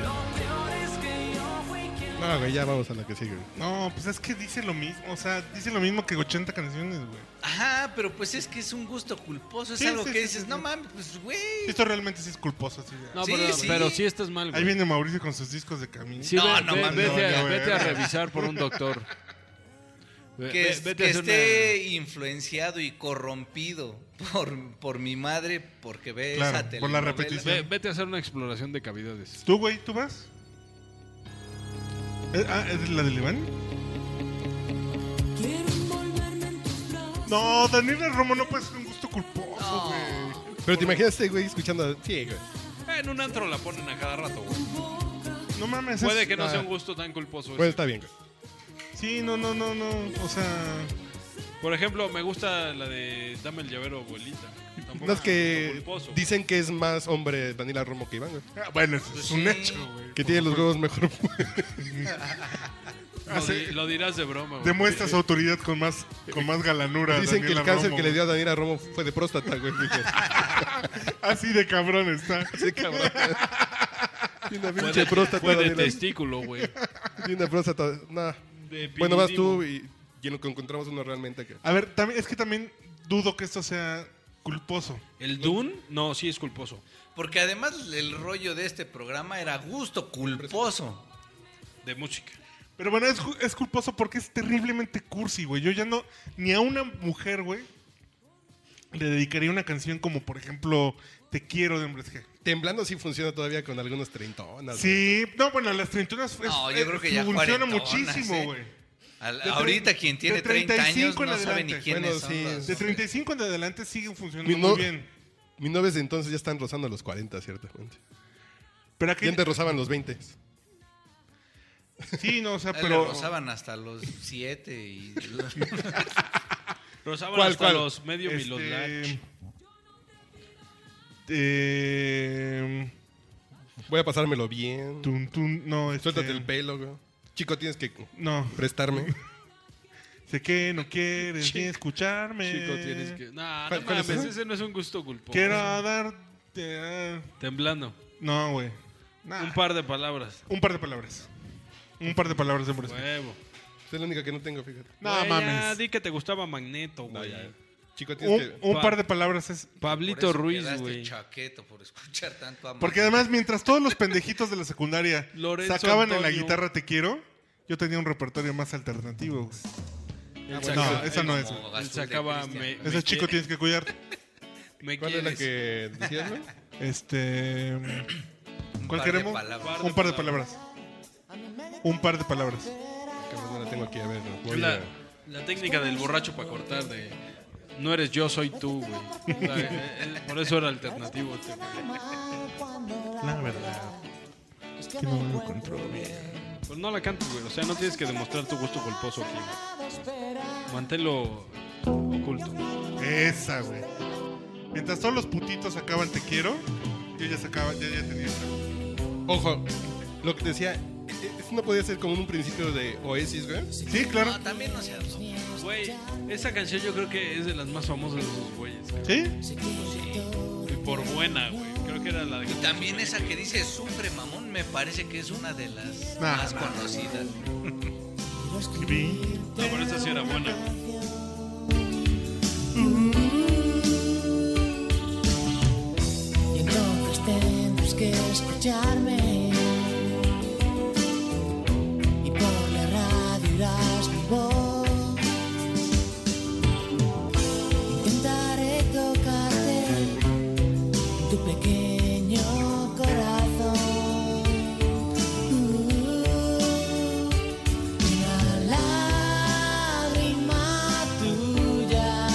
Speaker 6: Lo peor es que yo fui quien.
Speaker 7: No, güey, ya vamos a la que sigue. güey.
Speaker 5: No, pues es que dice lo mismo. O sea, dice lo mismo que 80 canciones, güey.
Speaker 4: Ajá, pero pues es que es un gusto culposo. Es
Speaker 5: Sí,
Speaker 4: algo
Speaker 5: sí,
Speaker 4: que
Speaker 5: sí,
Speaker 4: dices,
Speaker 5: sí,
Speaker 4: no
Speaker 5: sí.
Speaker 4: mames, pues güey.
Speaker 5: Esto realmente sí es culposo. Así de-
Speaker 3: No,
Speaker 4: Sí,
Speaker 3: pero,
Speaker 4: sí.
Speaker 3: pero sí estás mal,
Speaker 5: Ahí
Speaker 3: güey.
Speaker 5: viene Mauricio con sus discos de camino.
Speaker 3: Sí,
Speaker 4: No,
Speaker 3: ve-
Speaker 4: no
Speaker 3: ve-
Speaker 4: mames.
Speaker 3: vete, a,
Speaker 5: No, ya,
Speaker 3: vete
Speaker 5: güey.
Speaker 3: a revisar por un doctor. Ve-
Speaker 4: que,
Speaker 3: ve-
Speaker 4: es-
Speaker 3: vete
Speaker 4: que
Speaker 3: a hacer
Speaker 4: esté influenciado y corrompido por, por mi madre porque ve
Speaker 5: Claro,
Speaker 4: esa
Speaker 5: por la
Speaker 4: telenovela.
Speaker 3: una,
Speaker 5: repetición.
Speaker 3: ve- vete a hacer una exploración de cavidades.
Speaker 5: ¿Tú, güey? ¿Tú vas? ¿Eh, ah, ¿Es la de Iván?
Speaker 6: Quiero envolverme en tus brazos.
Speaker 5: No, Daniela Romo no puede ser un gusto culposo, güey.
Speaker 7: Pero te imaginas este güey escuchando. Sí, güey.
Speaker 4: Pues,
Speaker 3: En un antro la ponen a cada rato, güey.
Speaker 5: No mames. es-
Speaker 3: Puede que no
Speaker 7: Ah.
Speaker 3: sea un gusto tan culposo. ese.
Speaker 7: Bueno, está bien, güey.
Speaker 5: Sí, no, no, no, no. O sea,
Speaker 3: Por ejemplo, me gusta la de Dame el llavero, abuelita. Tampoco
Speaker 7: No es que
Speaker 3: culposo.
Speaker 7: dicen que es más hombre Vanilla Romo que Iván, güey.
Speaker 5: ah, bueno, eso es
Speaker 4: Pues
Speaker 5: un
Speaker 4: sí.
Speaker 5: hecho, güey.
Speaker 7: Que tiene los huevos mejor.
Speaker 3: Lo, di- lo dirás de broma, güey.
Speaker 5: Demuestra su autoridad con más, con más galanura.
Speaker 7: Dicen que el
Speaker 5: Ah, Daniela
Speaker 7: cáncer
Speaker 5: Romo,
Speaker 7: que le dio a Daniela Romo fue de próstata, güey. Dije,
Speaker 5: güey. Así de cabrón está.
Speaker 7: sí, cabrón. Tiene una
Speaker 3: Fue
Speaker 7: pinche
Speaker 3: de,
Speaker 7: próstata,
Speaker 3: fue de
Speaker 7: Daniela.
Speaker 3: testículo, güey.
Speaker 7: Tiene una próstata. Nah.
Speaker 3: De
Speaker 7: Bueno, vas
Speaker 3: pinidimo.
Speaker 7: tú y, y en lo que encontramos uno realmente que.
Speaker 5: A ver, también, es que también dudo que esto sea culposo.
Speaker 3: ¿El Dune? No, sí es culposo.
Speaker 4: Porque además el rollo de este programa era gusto culposo.
Speaker 3: De música.
Speaker 5: Pero bueno, es, ju- es culposo porque es terriblemente cursi, güey. Yo ya no, ni a una mujer, güey, le dedicaría una canción como, por ejemplo, Te quiero de Hombres G.
Speaker 7: Temblando sí funciona todavía con algunos treintonas. güey.
Speaker 5: Sí, no, bueno, las treintonas es-
Speaker 4: No, yo
Speaker 5: eh,
Speaker 4: creo que ya
Speaker 5: funciona
Speaker 4: cuarentonas,
Speaker 5: muchísimo,
Speaker 4: ¿eh?
Speaker 5: güey.
Speaker 4: Al-
Speaker 5: De
Speaker 4: ahorita
Speaker 5: trein-
Speaker 4: quien tiene
Speaker 5: de
Speaker 4: 30 años
Speaker 5: 35 en
Speaker 4: no sabe ni
Speaker 5: adelante.
Speaker 4: quiénes
Speaker 7: Bueno,
Speaker 4: son
Speaker 7: sí,
Speaker 4: los-
Speaker 3: Pues
Speaker 5: De 35 en adelante siguen funcionando
Speaker 7: Mi no-
Speaker 5: muy bien.
Speaker 7: Mis novias de entonces ya están rozando los 40, ciertamente.
Speaker 5: Pero aquí,
Speaker 7: ¿Quién te rozaban los 20?
Speaker 5: sí, no, o sea,
Speaker 4: Ah, le
Speaker 5: pero
Speaker 4: rozaban hasta los 7 y...
Speaker 3: Rosaban
Speaker 7: ¿Cuál,
Speaker 3: hasta
Speaker 7: cuál?
Speaker 3: los medio
Speaker 5: Este,
Speaker 3: milón large.
Speaker 5: eh,
Speaker 7: Voy a pasármelo bien.
Speaker 5: tun, tun, no, este,
Speaker 7: Suéltate el pelo, güey. Chico, tienes que
Speaker 5: No,
Speaker 7: prestarme.
Speaker 5: sé que no quieres ni
Speaker 3: Chico-
Speaker 5: escucharme.
Speaker 3: Chico, tienes que. Nah, no
Speaker 7: Eh, ¿Cuál- cuál es
Speaker 3: mames,
Speaker 7: esa?
Speaker 3: ese no es un gusto culposo.
Speaker 5: Quiero darte. ah,
Speaker 3: Temblando.
Speaker 5: No, güey. Nah,
Speaker 3: Un par de palabras.
Speaker 5: un par de palabras. Un par de palabras de por eso.
Speaker 3: Huevo.
Speaker 7: Es la única que no tengo, fíjate.
Speaker 5: No
Speaker 3: Güey, Ya,
Speaker 5: mames.
Speaker 3: di que te gustaba Magneto,
Speaker 7: No,
Speaker 3: güey.
Speaker 7: ya. Chico, tienes
Speaker 5: Un,
Speaker 7: que. este,
Speaker 5: un par de palabras es.
Speaker 3: Pablito Ruiz, güey.
Speaker 4: este chaqueto por escuchar tanto a
Speaker 5: Porque además, mientras todos los pendejitos de la secundaria
Speaker 3: Lorenzo
Speaker 5: sacaban en la
Speaker 3: Antonio.
Speaker 5: guitarra Te Quiero, yo tenía un repertorio más alternativo. güey. Ah,
Speaker 3: Él
Speaker 5: No,
Speaker 3: sacaba-
Speaker 5: esa no es.
Speaker 4: como-
Speaker 5: güey.
Speaker 3: él sacaba me,
Speaker 4: Ese
Speaker 5: Ese
Speaker 3: me
Speaker 5: chico
Speaker 3: quie-
Speaker 5: tienes que cuidar.
Speaker 3: me
Speaker 7: ¿Cuál es la
Speaker 3: quieres.
Speaker 7: que decías, güey?
Speaker 5: Este. ¿Cuál
Speaker 4: par de
Speaker 5: queremos?
Speaker 4: palabras.
Speaker 5: Un par de palabras. Un par de palabras.
Speaker 7: Que no la tengo aquí, a ver. no,
Speaker 3: Es
Speaker 7: voy
Speaker 3: la,
Speaker 7: a-
Speaker 3: la técnica del borracho para cortar de no eres yo, soy tú, güey. La- eh, eh, Por eso era alternativo. este, güey.
Speaker 5: La verdad. Es que no lo encontró bien.
Speaker 3: Pues no la cantes, güey. O sea, no tienes que demostrar tu gusto culposo aquí. güey. Manténlo oculto.
Speaker 5: Esa, güey. Mientras todos los putitos sacaban Te Quiero, yo ya sacaba, ya, ya tenía esta.
Speaker 7: Ojo, lo que te decía, eh, eh, eso no podía ser como un principio de Oasis, güey.
Speaker 5: Sí, claro.
Speaker 4: No, también no seas loco.
Speaker 3: Güey, esa canción yo creo que es de las más famosas de esos güeyes. cabrón.
Speaker 5: Sí.
Speaker 3: Y por buena, güey. Creo que era la de...
Speaker 4: Y también esa que dice sufre mamón, me parece que es una de las
Speaker 5: Nah,
Speaker 4: más
Speaker 5: nah.
Speaker 4: conocidas.
Speaker 5: Vi.
Speaker 3: No, pero esa sí era buena.
Speaker 9: Y entonces tendrás que escucharme. Y por la radio irás mi voz. Intentaré tocarte tu pequeño corazón. Uh, una lágrima tuya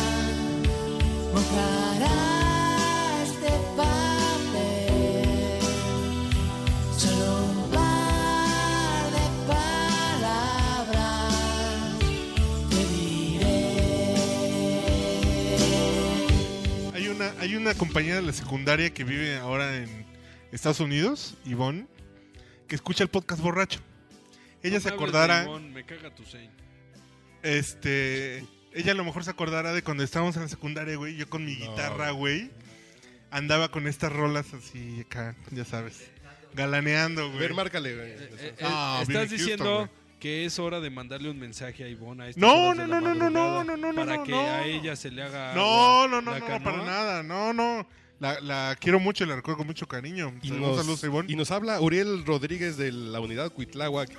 Speaker 9: mojará este papel. Solo un par de palabras te diré.
Speaker 5: Hay una, hay una compañera de la secundaria que vive ahora en Estados Unidos, Ivonne, que escucha el podcast borracho. Ella se
Speaker 3: No me hables de
Speaker 5: acordara,
Speaker 3: Ivonne, me caga tu sein.
Speaker 5: este, ella a lo mejor se acordará de cuando estábamos en la secundaria, güey, yo con mi guitarra, güey, andaba con estas rolas así acá, ya sabes, galaneando,
Speaker 7: A
Speaker 5: güey.
Speaker 7: ver, márcale, güey.
Speaker 3: Eh, eh,
Speaker 5: Ah, Billy
Speaker 3: estás
Speaker 5: Houston,
Speaker 3: diciendo
Speaker 5: güey.
Speaker 3: que es hora de mandarle un mensaje a Ivonne a estas
Speaker 5: No,
Speaker 3: horas de la
Speaker 5: no, no, no, no,
Speaker 3: madrugada
Speaker 5: no, no, no,
Speaker 3: Para
Speaker 5: no,
Speaker 3: que
Speaker 5: no.
Speaker 3: a ella se le haga.
Speaker 5: No,
Speaker 3: agua
Speaker 5: no, no,
Speaker 3: la
Speaker 5: no, no,
Speaker 3: canoa.
Speaker 5: para nada, no, no. La, la quiero mucho y la recuerdo con mucho cariño.
Speaker 7: Y
Speaker 5: Un
Speaker 7: nos,
Speaker 5: saludo, a Ivonne.
Speaker 7: y nos habla Uriel Rodríguez de la unidad Cuitláhuac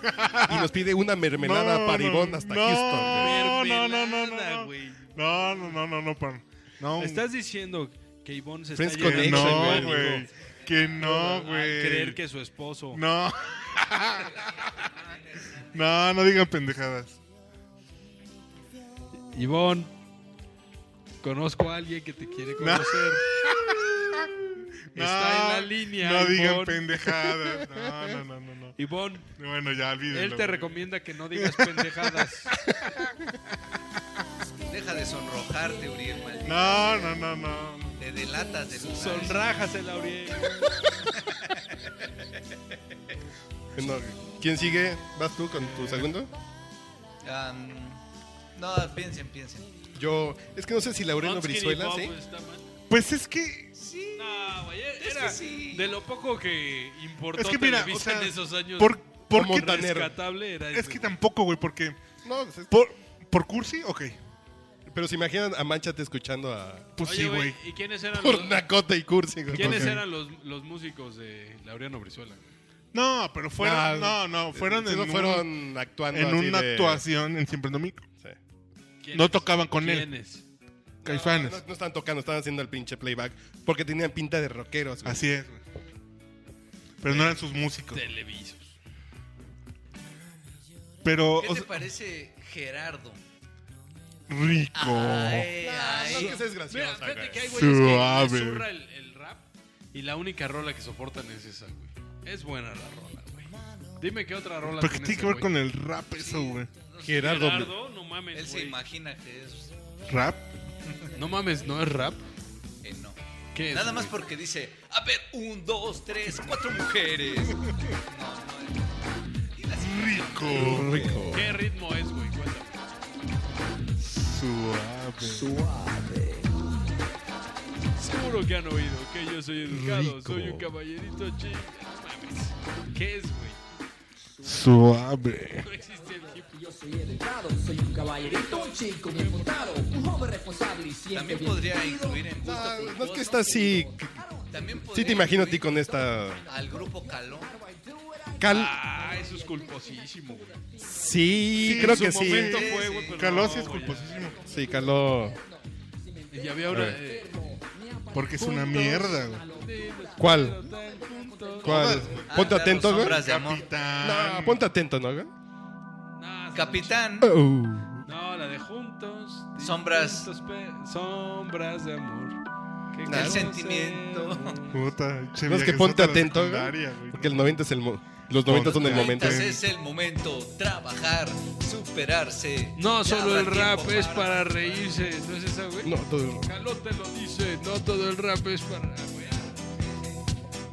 Speaker 7: y nos pide una mermelada
Speaker 5: No,
Speaker 7: para
Speaker 5: no,
Speaker 7: Ivonne hasta
Speaker 5: no.
Speaker 7: Houston. güey.
Speaker 3: No, no, no, no,
Speaker 5: Mermelada,
Speaker 3: no.
Speaker 5: güey. No, no, no, no, no, pan. No,
Speaker 3: Estás diciendo que Ivonne se
Speaker 7: Friends
Speaker 3: está
Speaker 5: que
Speaker 7: Connection,
Speaker 5: no,
Speaker 3: llevando
Speaker 5: güey. Que
Speaker 3: a-
Speaker 5: no,
Speaker 3: a
Speaker 5: güey.
Speaker 3: creer que su esposo.
Speaker 5: No. no, no digan pendejadas.
Speaker 3: Ivonne, conozco a alguien que te quiere conocer.
Speaker 5: No,
Speaker 3: Está en la línea.
Speaker 5: No digan
Speaker 3: Ivonne.
Speaker 5: pendejadas. No, no, no, no, no.
Speaker 3: Ivonne,
Speaker 5: Bueno, ya olvídenlo.
Speaker 3: él te
Speaker 5: güey.
Speaker 3: recomienda que no digas pendejadas.
Speaker 4: Deja de sonrojarte, Uriel, maldito.
Speaker 5: No, no, no, no.
Speaker 4: Te delatas del lugar.
Speaker 3: Sonrájasela, Uriel.
Speaker 7: No, güey. ¿Quién sigue? ¿Vas tú con tu segundo?
Speaker 4: Am, no, piensen, piensen.
Speaker 7: Yo, es que no sé si Laureno
Speaker 3: Skinny
Speaker 7: Brizuela,
Speaker 3: Bob
Speaker 7: ¿sí?
Speaker 3: está mal.
Speaker 5: Pues es que.
Speaker 3: No, güey,
Speaker 4: eh?
Speaker 3: e-
Speaker 4: Es
Speaker 3: era
Speaker 4: que sí.
Speaker 3: de lo poco que importó
Speaker 5: Es que mira, o
Speaker 3: Televisa
Speaker 5: sea.
Speaker 3: en esos años.
Speaker 5: Por, por
Speaker 7: Como
Speaker 5: qué-
Speaker 7: tan-
Speaker 3: rescatable era
Speaker 5: es
Speaker 3: ese,
Speaker 5: que
Speaker 3: güey.
Speaker 5: tampoco, güey, porque.
Speaker 7: No, pues es-
Speaker 5: Por, ¿Por cursi? Ok.
Speaker 7: pero se imaginan a Manchate escuchando a
Speaker 5: Pues
Speaker 3: Oye,
Speaker 5: sí, güey.
Speaker 3: ¿Y quiénes eran
Speaker 7: por
Speaker 3: los,
Speaker 7: Nacote y Cursi, güey.
Speaker 3: quiénes
Speaker 5: Ok.
Speaker 3: eran los, los músicos de Laureano Brizuela?
Speaker 5: No, pero fueron.
Speaker 7: Nah, eh,
Speaker 5: no, no, fueron
Speaker 7: Sí,
Speaker 5: en,
Speaker 7: no
Speaker 5: un-
Speaker 7: fueron actuando
Speaker 5: en
Speaker 7: así
Speaker 5: una
Speaker 7: de-
Speaker 5: actuación en Siempre en Domingo.
Speaker 7: Sí.
Speaker 3: ¿Quiénes?
Speaker 5: No tocaban con él.
Speaker 3: ¿Quiénes?
Speaker 7: No,
Speaker 5: Caifanes.
Speaker 7: no estaban tocando, estaban haciendo el pinche playback porque tenían pinta de rockeros. güey.
Speaker 5: Así es, güey. Pero no eran sus músicos.
Speaker 3: Televisos.
Speaker 5: Pero.
Speaker 4: ¿Qué
Speaker 5: o
Speaker 4: te
Speaker 5: sea,
Speaker 4: parece Gerardo?
Speaker 5: rico.
Speaker 4: Ay, ay.
Speaker 7: No, es que esa es
Speaker 3: Mira,
Speaker 7: graciosa,
Speaker 3: fíjate
Speaker 7: güey.
Speaker 3: que hay güeyes que
Speaker 5: Suave.
Speaker 3: les zurra el, el rap y la única rola que soportan es esa, güey. Es buena la rola, güey. Dime qué otra rola
Speaker 5: ¿Pero qué
Speaker 3: tiene
Speaker 5: tiene
Speaker 3: ese
Speaker 5: que ver
Speaker 3: güey?
Speaker 5: con el rap eso, güey?
Speaker 7: Gerardo.
Speaker 3: Gerardo, no mames,
Speaker 4: Él se
Speaker 3: güey.
Speaker 4: imagina que es.
Speaker 5: ¿Rap?
Speaker 3: No mames, ¿no es rap?
Speaker 4: eh, no.
Speaker 3: ¿Qué es,
Speaker 4: Nada más
Speaker 3: güey?
Speaker 4: porque dice, a ver, un, dos, tres, cuatro mujeres. No, no, es- y las-
Speaker 5: Rico. Rico.
Speaker 3: ¿Qué ritmo es, güey? Cuéntame.
Speaker 5: Suave.
Speaker 3: Seguro que han oído que yo soy educado,
Speaker 5: Rico.
Speaker 3: soy un caballerito chico. No mames. ¿Qué es, güey?
Speaker 5: Suave.
Speaker 3: No existe el hip hop.
Speaker 4: También podría incluir en gusto
Speaker 7: No,
Speaker 4: culposo,
Speaker 7: Ah, no es que esta sí.
Speaker 4: También
Speaker 7: Sí
Speaker 4: podría
Speaker 7: te imagino a ti
Speaker 4: incluir
Speaker 7: con esta.
Speaker 4: Al grupo Calón.
Speaker 7: Cal.
Speaker 3: Ah, eso es culposísimo, güey.
Speaker 7: Sí,
Speaker 5: Sí,
Speaker 7: creo
Speaker 5: en su
Speaker 7: que sí.
Speaker 5: momento
Speaker 3: fue, güey, pero
Speaker 5: Calossi
Speaker 3: no,
Speaker 5: es
Speaker 3: güey,
Speaker 5: culposísimo.
Speaker 7: Sí, Caló.
Speaker 3: Y había una.
Speaker 7: ver.
Speaker 3: eh,
Speaker 5: Porque es una mierda, güey.
Speaker 7: ¿Cuál?
Speaker 5: Todas,
Speaker 7: ¿Cuál?
Speaker 5: güey.
Speaker 7: Ponte
Speaker 4: Ah, claro,
Speaker 7: atento, güey.
Speaker 4: sombras de amor.
Speaker 5: Capitán.
Speaker 7: No, ponte atento, ¿no, güey? Oh.
Speaker 3: no, está
Speaker 4: Capitán.
Speaker 3: mucho. No, la de juntos.
Speaker 4: Sombras.
Speaker 3: distintos pe- Sombras de amor. Que
Speaker 7: Nah,
Speaker 4: El
Speaker 3: conocen.
Speaker 4: sentimiento.
Speaker 5: Puta, che,
Speaker 7: No es que
Speaker 5: viajezota
Speaker 7: ponte
Speaker 5: a la
Speaker 7: atento,
Speaker 5: secundaria,
Speaker 7: güey.
Speaker 5: güey.
Speaker 7: Porque el 90 es el mo- los 90 son el
Speaker 5: Ponte
Speaker 7: este momento.
Speaker 4: Entonces es el momento. Trabajar, superarse.
Speaker 3: No
Speaker 4: Ya
Speaker 3: solo
Speaker 4: habrá
Speaker 3: el rap
Speaker 4: tiempo
Speaker 3: es para reírse. ¿No es esa, güey?
Speaker 7: No, todo.
Speaker 3: Caló te lo dice. No todo el rap es para. ah, güey, ah.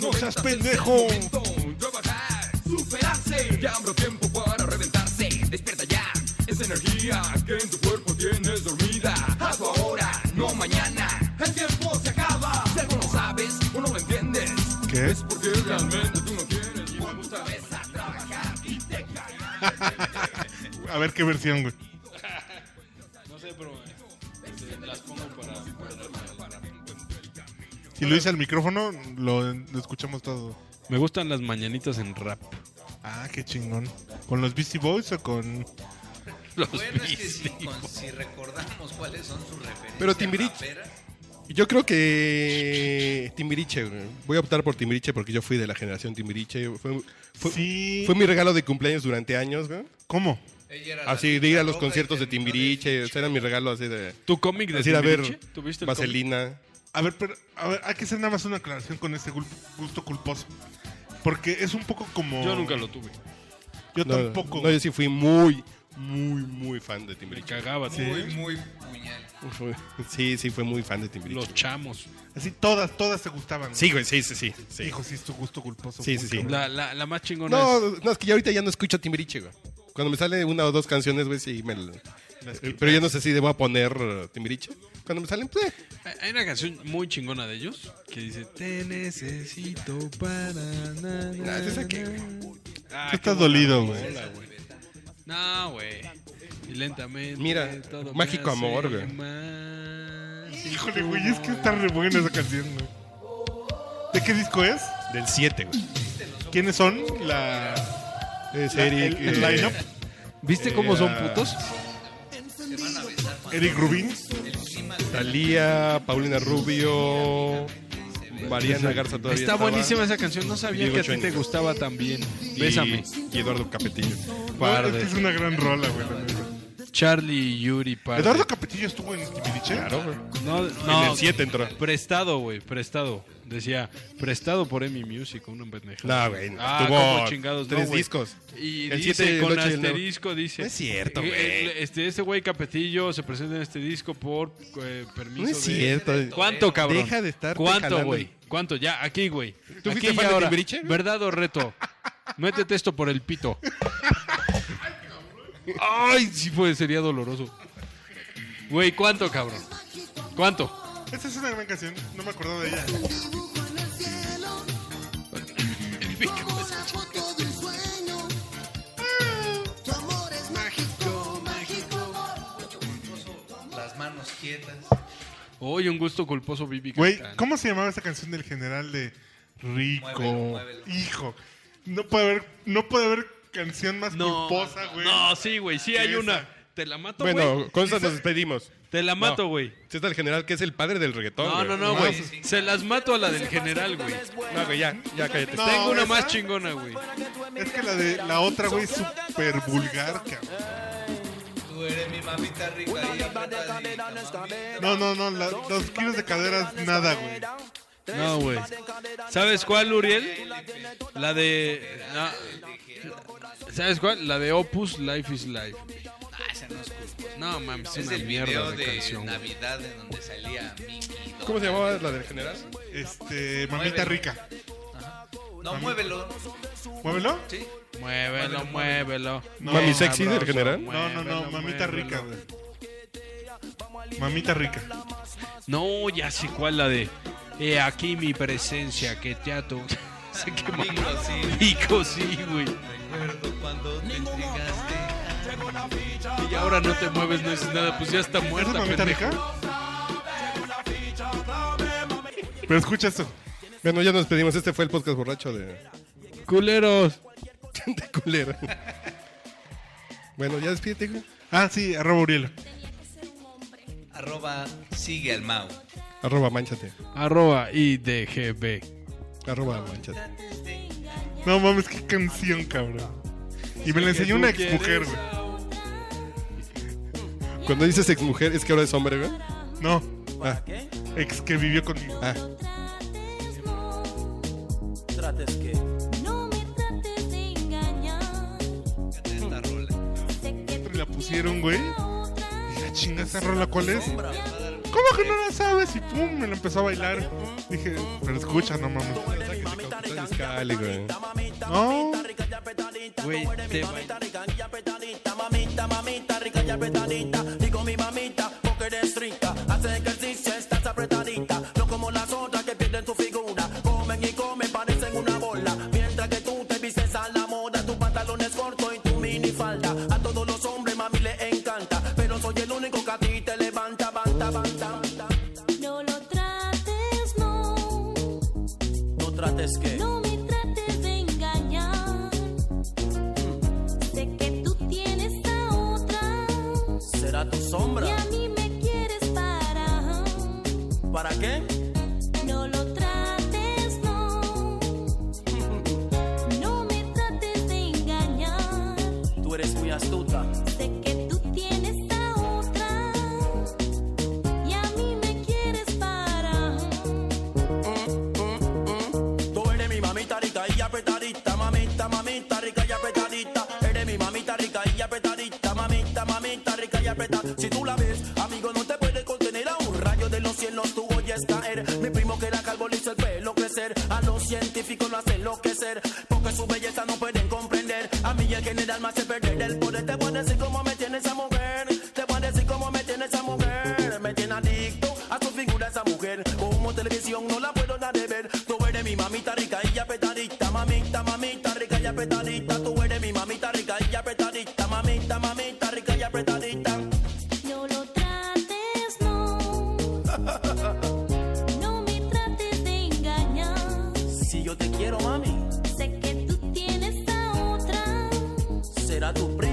Speaker 5: No seas pendejo. ¿Qué? A ver qué versión, güey.
Speaker 3: No sé, pero. eh, este, Las pongo para. para-
Speaker 5: Si lo dice al micrófono, lo, lo escuchamos todo.
Speaker 3: Me gustan las mañanitas en rap.
Speaker 5: Ah, qué chingón. ¿Con los Beastie Boys o con...?
Speaker 3: Los
Speaker 4: Bueno, es que si,
Speaker 3: Beastie
Speaker 4: con- si recordamos cuáles son sus referencias.
Speaker 7: Pero Timbiriche-
Speaker 4: raperas,
Speaker 7: Yo creo que Timbiriche, güey. Voy a optar por Timbiriche porque yo fui de la generación Timbiriche. Fue, fue,
Speaker 5: Sí.
Speaker 7: fue mi regalo de cumpleaños durante años, güey.
Speaker 5: ¿Cómo?
Speaker 4: ella era la
Speaker 7: Así Ah, de ir a los
Speaker 4: roja y
Speaker 7: conciertos de
Speaker 4: terminó
Speaker 7: Timbiriche, o sea, era mi regalo así de
Speaker 3: ¿Tu cómic de
Speaker 7: así ir a ver
Speaker 3: Timbiriche? ¿Tuviste el
Speaker 7: Vaselina.
Speaker 5: A ver, pero a ver, hay que hacer nada más una aclaración con este gul- gusto culposo. Porque es un poco como...
Speaker 3: cómic? Yo nunca lo tuve.
Speaker 5: Yo
Speaker 7: No,
Speaker 5: tampoco.
Speaker 7: No, yo sí fui muy, muy, muy fan de
Speaker 3: Me
Speaker 7: Timbiriche.
Speaker 3: cagaba, tío.
Speaker 4: Muy, muy puñal.
Speaker 7: Fue- Sí, sí, fue muy fan de Timbiriche.
Speaker 3: Los chamos.
Speaker 5: Así todas, todas te gustaban.
Speaker 7: Sí, güey, sí, sí, sí. sí.
Speaker 5: Hijo, sí es tu gusto culposo.
Speaker 7: Sí,
Speaker 5: muy
Speaker 7: sí, sí.
Speaker 5: cabrón.
Speaker 3: La, la, la más chingona
Speaker 7: No,
Speaker 3: es.
Speaker 7: no, es que ya ahorita ya no escucho Timbiriche, güey. Cuando me sale una o dos canciones, güey, sí me... la- Eh,
Speaker 5: Las que-
Speaker 7: Pero yo no sé si debo poner eh, Timbiriche. Cuando me salen, pues,
Speaker 3: Hay- Hay una canción muy chingona de ellos que dice: Te necesito para. na, na,
Speaker 7: Nah, ¿es esa qué, güey?
Speaker 3: Ah,
Speaker 5: Tú
Speaker 3: qué
Speaker 5: estás
Speaker 3: buena
Speaker 5: dolido, güey.
Speaker 3: rola, No, güey. Y lentamente.
Speaker 7: Mira,
Speaker 3: todo
Speaker 7: Mágico
Speaker 3: me hace
Speaker 7: Amor, güey.
Speaker 3: más.
Speaker 5: Híjole, güey, es que está re buena esa canción, güey. ¿De qué disco es?
Speaker 7: del 7, güey.
Speaker 5: ¿Quiénes son? La...
Speaker 7: Es
Speaker 5: la-
Speaker 7: Eric...
Speaker 5: el, el
Speaker 7: eh,
Speaker 5: line-up.
Speaker 3: ¿Viste cómo son
Speaker 7: Era-
Speaker 3: putos?
Speaker 4: Se van a besar cuando
Speaker 5: Eric Rubin.
Speaker 4: el clima
Speaker 7: Talía, Paulina Rubio, Mariana Garza todavía
Speaker 3: Está
Speaker 7: estaba,
Speaker 3: buenísima esa canción. No sabía
Speaker 7: Diego
Speaker 3: que a ti
Speaker 7: Schoening.
Speaker 3: te gustaba también.
Speaker 7: y-
Speaker 3: Bésame.
Speaker 7: Y Eduardo Capetillo.
Speaker 5: No, es que es una gran rola, güey. la neta.
Speaker 3: Charlie y Yuri Pardo.
Speaker 5: Eduardo Capetillo estuvo en Timbiriche. Claro, güey.
Speaker 3: No,
Speaker 7: En
Speaker 3: no.
Speaker 7: el 7 entró.
Speaker 3: Prestado, güey, prestado. Decía, prestado por Emi Music, una pendejada.
Speaker 7: No, güey, no.
Speaker 3: Ah,
Speaker 7: Tuvo
Speaker 3: cómo chingados, no,
Speaker 7: tres
Speaker 3: güey.
Speaker 7: discos.
Speaker 3: Y
Speaker 7: El
Speaker 3: dice,
Speaker 7: siete, el
Speaker 3: con
Speaker 7: ocho y el nueve.
Speaker 3: asterisco, dice.
Speaker 7: No es cierto,
Speaker 3: eh,
Speaker 7: güey.
Speaker 3: eh, Este este güey Capetillo se presenta en este disco por eh, permiso
Speaker 7: No es
Speaker 3: de-
Speaker 7: cierto.
Speaker 3: ¿Cuánto, cabrón?
Speaker 7: Deja de estarte
Speaker 3: ¿Cuánto,
Speaker 7: jalando.
Speaker 3: güey? ¿Cuánto? Ya, aquí, güey.
Speaker 7: ¿Tú
Speaker 3: Aquí
Speaker 7: fuiste
Speaker 3: y
Speaker 7: fan de
Speaker 3: ahora.
Speaker 7: Timbiriche?
Speaker 3: ¿Verdad o reto? Métete esto por el pito. Ay, sí, fue, sería doloroso. Güey, ¿cuánto, cabrón? ¿Cuánto?
Speaker 5: Esa es una gran canción. No me acordaba de ella.
Speaker 4: las manos quietas.
Speaker 3: Oye, un gusto culposo, Bibi.
Speaker 5: Güey,
Speaker 3: Gaitán.
Speaker 5: ¿cómo se llamaba esa canción del general de Rico?
Speaker 4: Muévelo, muévelo.
Speaker 5: Hijo, no puede haber, no puede haber canción más culposa, güey.
Speaker 3: No, sí, güey, sí hay
Speaker 5: Esa.
Speaker 3: una. Te la mato, Pues, güey.
Speaker 7: Bueno, con esa nos despedimos.
Speaker 3: Te la mato,
Speaker 7: No.
Speaker 3: güey.
Speaker 7: Si está el general que es el padre del reggaetón.
Speaker 3: No,
Speaker 7: güey. Ah,
Speaker 3: no, no, güey. Se las mato a la del general, güey.
Speaker 7: No, güey, ya, ya cállate.
Speaker 5: No,
Speaker 3: Tengo una
Speaker 5: ¿esa?
Speaker 3: más chingona, güey.
Speaker 5: Es que la de la otra, güey, es súper vulgar, cabrón.
Speaker 4: Tú Tú eres mi mamita rica y apretadita, mamita.
Speaker 5: No, no, no, la- los kilos de caderas, nada, güey.
Speaker 3: No, güey. ¿Sabes cuál, Uriel? La de. la- ¿Sabes cuál? La de Opus Life is Life.
Speaker 4: Ah, esa no es culpa.
Speaker 3: No, mames, es,
Speaker 4: Es
Speaker 3: una
Speaker 4: el video
Speaker 3: mierda de,
Speaker 4: de,
Speaker 3: canción. güey.
Speaker 4: Navidad en donde salía Mickey.
Speaker 7: ¿Cómo se llamaba la del general?
Speaker 5: Este, mamita
Speaker 4: Muévelo.
Speaker 5: rica.
Speaker 4: No, muévelo.
Speaker 5: ¿Muévelo?
Speaker 4: Sí.
Speaker 3: Muévelo, muévelo.
Speaker 5: No,
Speaker 7: Mami sexy del
Speaker 3: sabroso,
Speaker 7: general.
Speaker 5: No, no, no,
Speaker 3: muévelo,
Speaker 5: mamita
Speaker 3: muévelo.
Speaker 5: rica, güey. Mamita rica.
Speaker 3: No, ya sé cuál la de. He aquí mi presencia, que te ato. sé que mamá.
Speaker 4: Mico, sí.
Speaker 3: Pico, sí, güey.
Speaker 4: Recuerdo cuando te entregaste.
Speaker 3: Y ahora no te mueves, no dices nada, pues ya está
Speaker 5: ¿Es
Speaker 3: muerta,
Speaker 5: de mamita
Speaker 3: pendejo.
Speaker 5: rica? Pero escucha esto.
Speaker 7: Bueno, ya nos pedimos. Este fue el podcast borracho de,
Speaker 3: Culeros.
Speaker 7: de culero. Bueno, ya despídete, güey.
Speaker 5: Ah, sí, arroba Uriel.
Speaker 4: Arroba sigue al Mau.
Speaker 7: Arroba manchate.
Speaker 3: Arroba IDGB.
Speaker 7: Arroba manchate.
Speaker 5: No mames, qué canción, cabrón. Y me la enseñó una ex mujer, güey.
Speaker 7: Cuando dices ex mujer, es que ahora es hombre, güey.
Speaker 5: No,
Speaker 7: Ah,
Speaker 5: ex que vivió conmigo.
Speaker 7: ah.
Speaker 8: Trates que.
Speaker 9: No me trates de engañar.
Speaker 4: Canta esta rola.
Speaker 9: Sé que
Speaker 5: La pusieron, güey. Y la chinga esa rola, ¿cuál es?
Speaker 4: Te va a dar-
Speaker 5: ¿Cómo que no la sabes? Y pum, me la empezó a bailar. Dije, pero escucha, no mames.
Speaker 7: Fiscal, güey.
Speaker 5: No,
Speaker 3: Güey, te
Speaker 9: no lo trates, no.
Speaker 8: No trates que.
Speaker 9: No me trates de engañar. Sé que tú tienes a otra.
Speaker 8: Será tu
Speaker 9: Y
Speaker 8: sombra.
Speaker 9: a mí me quieres para.
Speaker 8: ¿Para qué?
Speaker 9: No lo trates, no. No me trates de engañar.
Speaker 8: Tú eres muy astuta.
Speaker 9: Sé que tú tienes a otra. Y a mí me quieres para.
Speaker 8: Tú eres mi mamita rica y apretadita, mamita, mamita rica y apretadita. Eres mi mamita rica y apretadita, mamita, mamita rica y apretadita. Si tú la ves, amigo, no te puede contener a un rayo de los cielos, tú oyes caer. Mi primo que era calvo le hizo el pelo crecer, a los científicos lo hace enloquecer, porque su belleza no pueden comprender. A mí el general me hace perder el poder. Te voy a decir cómo me tiene esa mujer, te voy a decir cómo me tiene esa mujer. Me tiene adicto a su figura esa mujer, como televisión no la puedo dar de ver. Tú eres mi mamita rica y apretadita, mamita, mamita rica y apretadita. Tú eres mi mamita rica y apretadita, mamita, mamita rica y apretadita.
Speaker 9: No lo trates, no. No me trates de engañar.
Speaker 8: Si yo te quiero, mami,
Speaker 9: Sé que tú tienes a otra.
Speaker 8: será tu prima.